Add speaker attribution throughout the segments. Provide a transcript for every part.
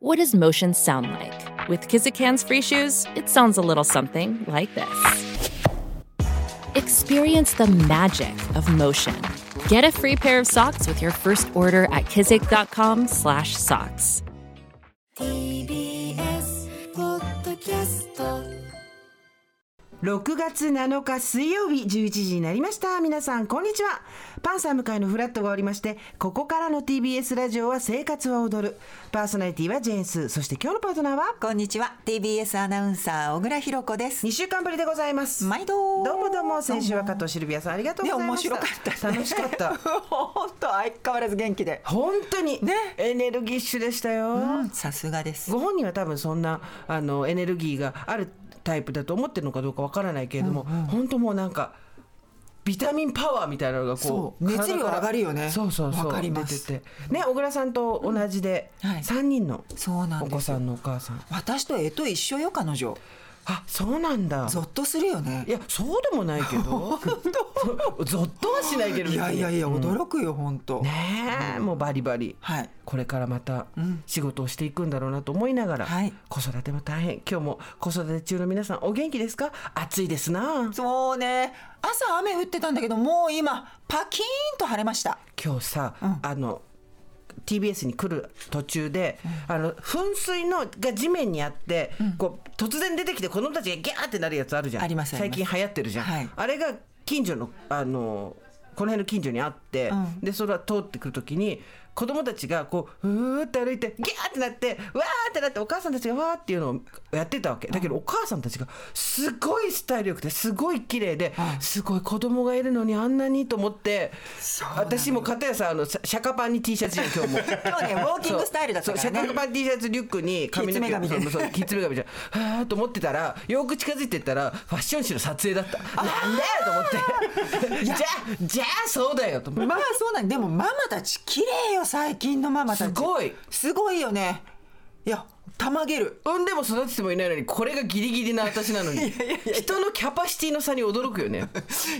Speaker 1: What does motion sound like? With Kizikans free shoes, it sounds a little something like this. Experience the magic of motion. Get a free pair of socks with your first order at kizik.com/socks.
Speaker 2: TBS ポッドキャスト
Speaker 3: 6月7日水曜日11時になりました皆さんこんにちはパンサー向かいのフラットがおりましてここからの TBS ラジオは生活は踊るパーソナリティはジェーンスーそして今日のパートナーは
Speaker 4: こんにちは TBS アナウンサー小倉弘子です
Speaker 3: 2週間ぶりでございます
Speaker 4: 毎度
Speaker 3: どうもどうも先週は加藤シルビアさんありがとうございました
Speaker 4: ね面白かったね
Speaker 3: 楽しかった
Speaker 4: 本当相変わらず元気で
Speaker 3: 本当に
Speaker 4: ね
Speaker 3: エネルギッシュでしたよ、
Speaker 4: さすがです
Speaker 3: ご本人は多分そんなあのエネルギーがあるタイプだと思ってるのかどうかわからないけれども、本当もうなんかビタミンパワーみたいなのがこう
Speaker 4: そう
Speaker 3: 体から
Speaker 4: 熱量上がるよね
Speaker 3: そうそうそう
Speaker 4: わかります
Speaker 3: 出ててね小倉さんと同じで
Speaker 4: うんはい
Speaker 3: 3人の
Speaker 4: そうなん
Speaker 3: お
Speaker 4: ですよ
Speaker 3: 子さんのお母さん、
Speaker 4: 私と絵と一緒よ彼女
Speaker 3: あそうなんだ
Speaker 4: ゾッとするよね
Speaker 3: いやそうでもない けどゾッとはしないけど
Speaker 4: いやいやいや
Speaker 3: うん
Speaker 4: 驚くよ本当
Speaker 3: ねえもうバリバリ
Speaker 4: はい
Speaker 3: これからまた仕事をしていくんだろうなと思いながら、
Speaker 4: はい
Speaker 3: 子育ても大変今日も子育て中の皆さんお元気ですか暑いですな
Speaker 4: そうね朝雨降ってたんだけどもう今パキーンと晴れました
Speaker 3: 今日さ、あの TBS に来る途中で、あの噴水のが地面にあって、こう突然出てきて子供たちがギャーってなるやつあるじゃん
Speaker 4: ありますあ
Speaker 3: 最
Speaker 4: ります
Speaker 3: 近流行ってるじゃん、
Speaker 4: はい
Speaker 3: あれが近所のあのこの辺の近所にあって、
Speaker 4: ん
Speaker 3: でそれは通ってくるときに子供たちがこううーって歩いてギャーってなってわーってなってお母さんたちがわーっていうのをやってたわけだけどお母さんたちがすごいスタイルよくてすごい綺麗で、すごい子供がいるのにあんなにと思って私も片やさんあのシャカパンに T シャツじゃん今日 も。
Speaker 4: 今日ねウォーキングスタイルだったか
Speaker 3: そうそうシ
Speaker 4: ら
Speaker 3: ャ
Speaker 4: ね
Speaker 3: カパン T シャツリュックに髪の毛
Speaker 4: きつめ髪で
Speaker 3: そうそうきつめ髪じゃんはあと思ってたらよく近づいてったらファッション誌の撮影だったなんだよと思ってじゃあじゃあそうだよと思って
Speaker 4: まあそうなんでもママたち綺麗よ最近のママたち
Speaker 3: すごい
Speaker 4: すごいよねいやたまげる
Speaker 3: 産んでも育ててもいないのにこれがギリギリな私なのに人のキャパシティの差に驚くよね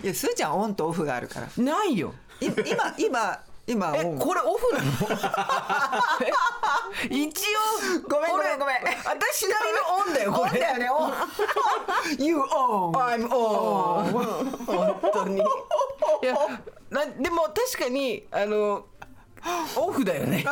Speaker 4: いやすーちゃんオンとオフがあるから
Speaker 3: ないよ
Speaker 4: い今今今
Speaker 3: え
Speaker 4: オン
Speaker 3: これオフなの え一応
Speaker 4: ごめんごめん
Speaker 3: こ
Speaker 4: ご
Speaker 3: れ
Speaker 4: めん
Speaker 3: 私なりのオンだよこれ
Speaker 4: オンだよねオン You own
Speaker 3: I'm on 本当にいやなでも確かにあのオフだよね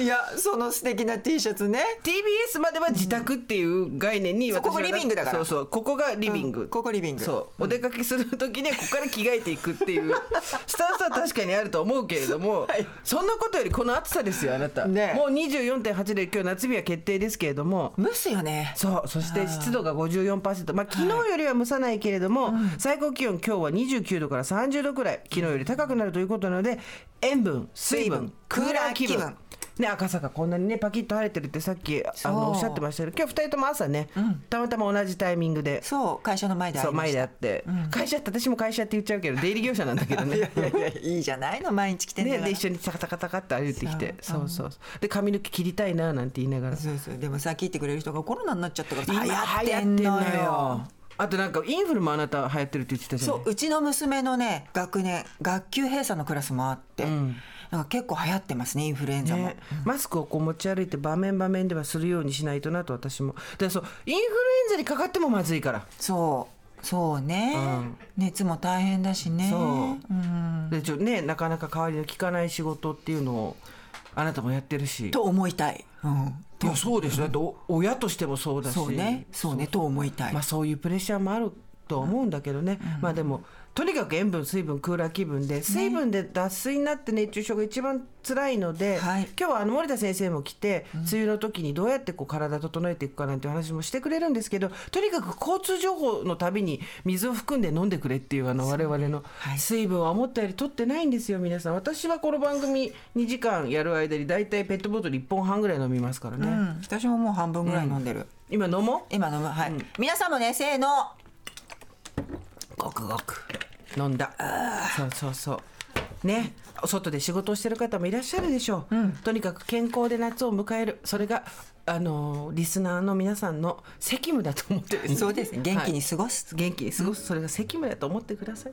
Speaker 4: いやその素敵な T シャツね
Speaker 3: TBS までは自宅っていう概念に
Speaker 4: そうここリビングだから
Speaker 3: そうそうここがリビング、
Speaker 4: うんここリビング
Speaker 3: そうお出かけする時にはここから着替えていくっていう スタンスは確かにあると思うけれども、
Speaker 4: はい
Speaker 3: そんなことよりこの暑さですよあなた、
Speaker 4: ねえ
Speaker 3: もう24.8で今日夏日は決定ですけれども
Speaker 4: 蒸すよね
Speaker 3: そう、そして湿度が54%、まあ昨日よりは蒸さないけれども、最高気温、今日は29度から30度くらい、昨日より高くなるということなので、塩分、水分、ク
Speaker 4: 水分
Speaker 3: ーラー気
Speaker 4: クーラー気
Speaker 3: 分
Speaker 4: 分。
Speaker 3: ね、赤坂こんなにねパキッと晴れてるってさっきあ
Speaker 4: そう
Speaker 3: のおっしゃってましたけど今日2人とも朝ね、たまたま同じタイミングで
Speaker 4: そう会社の前で会
Speaker 3: そう
Speaker 4: いま
Speaker 3: 前
Speaker 4: し
Speaker 3: であったて、会社って私も会社って言っちゃうけど出入り業者なんだけど ね
Speaker 4: いや いやいいじゃないの毎日来てんだか
Speaker 3: ね
Speaker 4: ら
Speaker 3: で一緒にタカタカタカって歩いてきて
Speaker 4: そ
Speaker 3: そうそうそうで髪の毛切りたいななんて言いながら
Speaker 4: そうそうでもさ聞いてくれる人がコロナになっちゃったから
Speaker 3: 今
Speaker 4: さ流行ってんのよ
Speaker 3: 流行ってんのよあとなんかインフルもあなた流行ってるって言ってたじゃ
Speaker 4: そ
Speaker 3: ないう
Speaker 4: うちの娘のね学年学級閉鎖のクラスもあって、なんか結構流行ってますねインフルエンザも、
Speaker 3: ね、マスクをこう持ち歩いて場面場面ではするようにしないとなと私もでそうインフルエンザにかかってもまずいから、
Speaker 4: そうそうね、熱も大変だしね
Speaker 3: そう、
Speaker 4: ん
Speaker 3: でちょねなかなか代わりの効かない仕事っていうのをあなたもやってるし
Speaker 4: と思いたい、うん、
Speaker 3: いやそうでしょだってお親としてもそうだし
Speaker 4: そうねそうねと思いたい、
Speaker 3: まあ、そういうプレッシャーもあるとは思うんだけどね、まあでもとにかく塩分水分クーラー気分で水分で脱水になって熱中症が一番辛いので、
Speaker 4: はい
Speaker 3: 今日はあの森田先生も来て、梅雨の時にどうやってこう体整えていくかなんて話もしてくれるんですけどとにかく交通情報のたびに水を含んで飲んでくれっていうあの我々の
Speaker 4: はい
Speaker 3: 水分は思ったより取ってないんですよ皆さん私はこの番組2時間やる間に大体ペットボトル1本半ぐらい飲みますからね、
Speaker 4: うん、私ももう半分ぐらい飲んでる、
Speaker 3: 今飲もう
Speaker 4: 今飲むはい、皆さんもねせーの
Speaker 3: ごくごく飲んだそうそうそうね外で仕事をしてる方もいらっしゃるでしょう、とにかく健康で夏を迎えるそれがあのーリスナーの皆さんの責務だと思ってる
Speaker 4: そうですね元気に
Speaker 3: はい
Speaker 4: 過ごす、
Speaker 3: 元気に過ごすそれが責務だと思ってください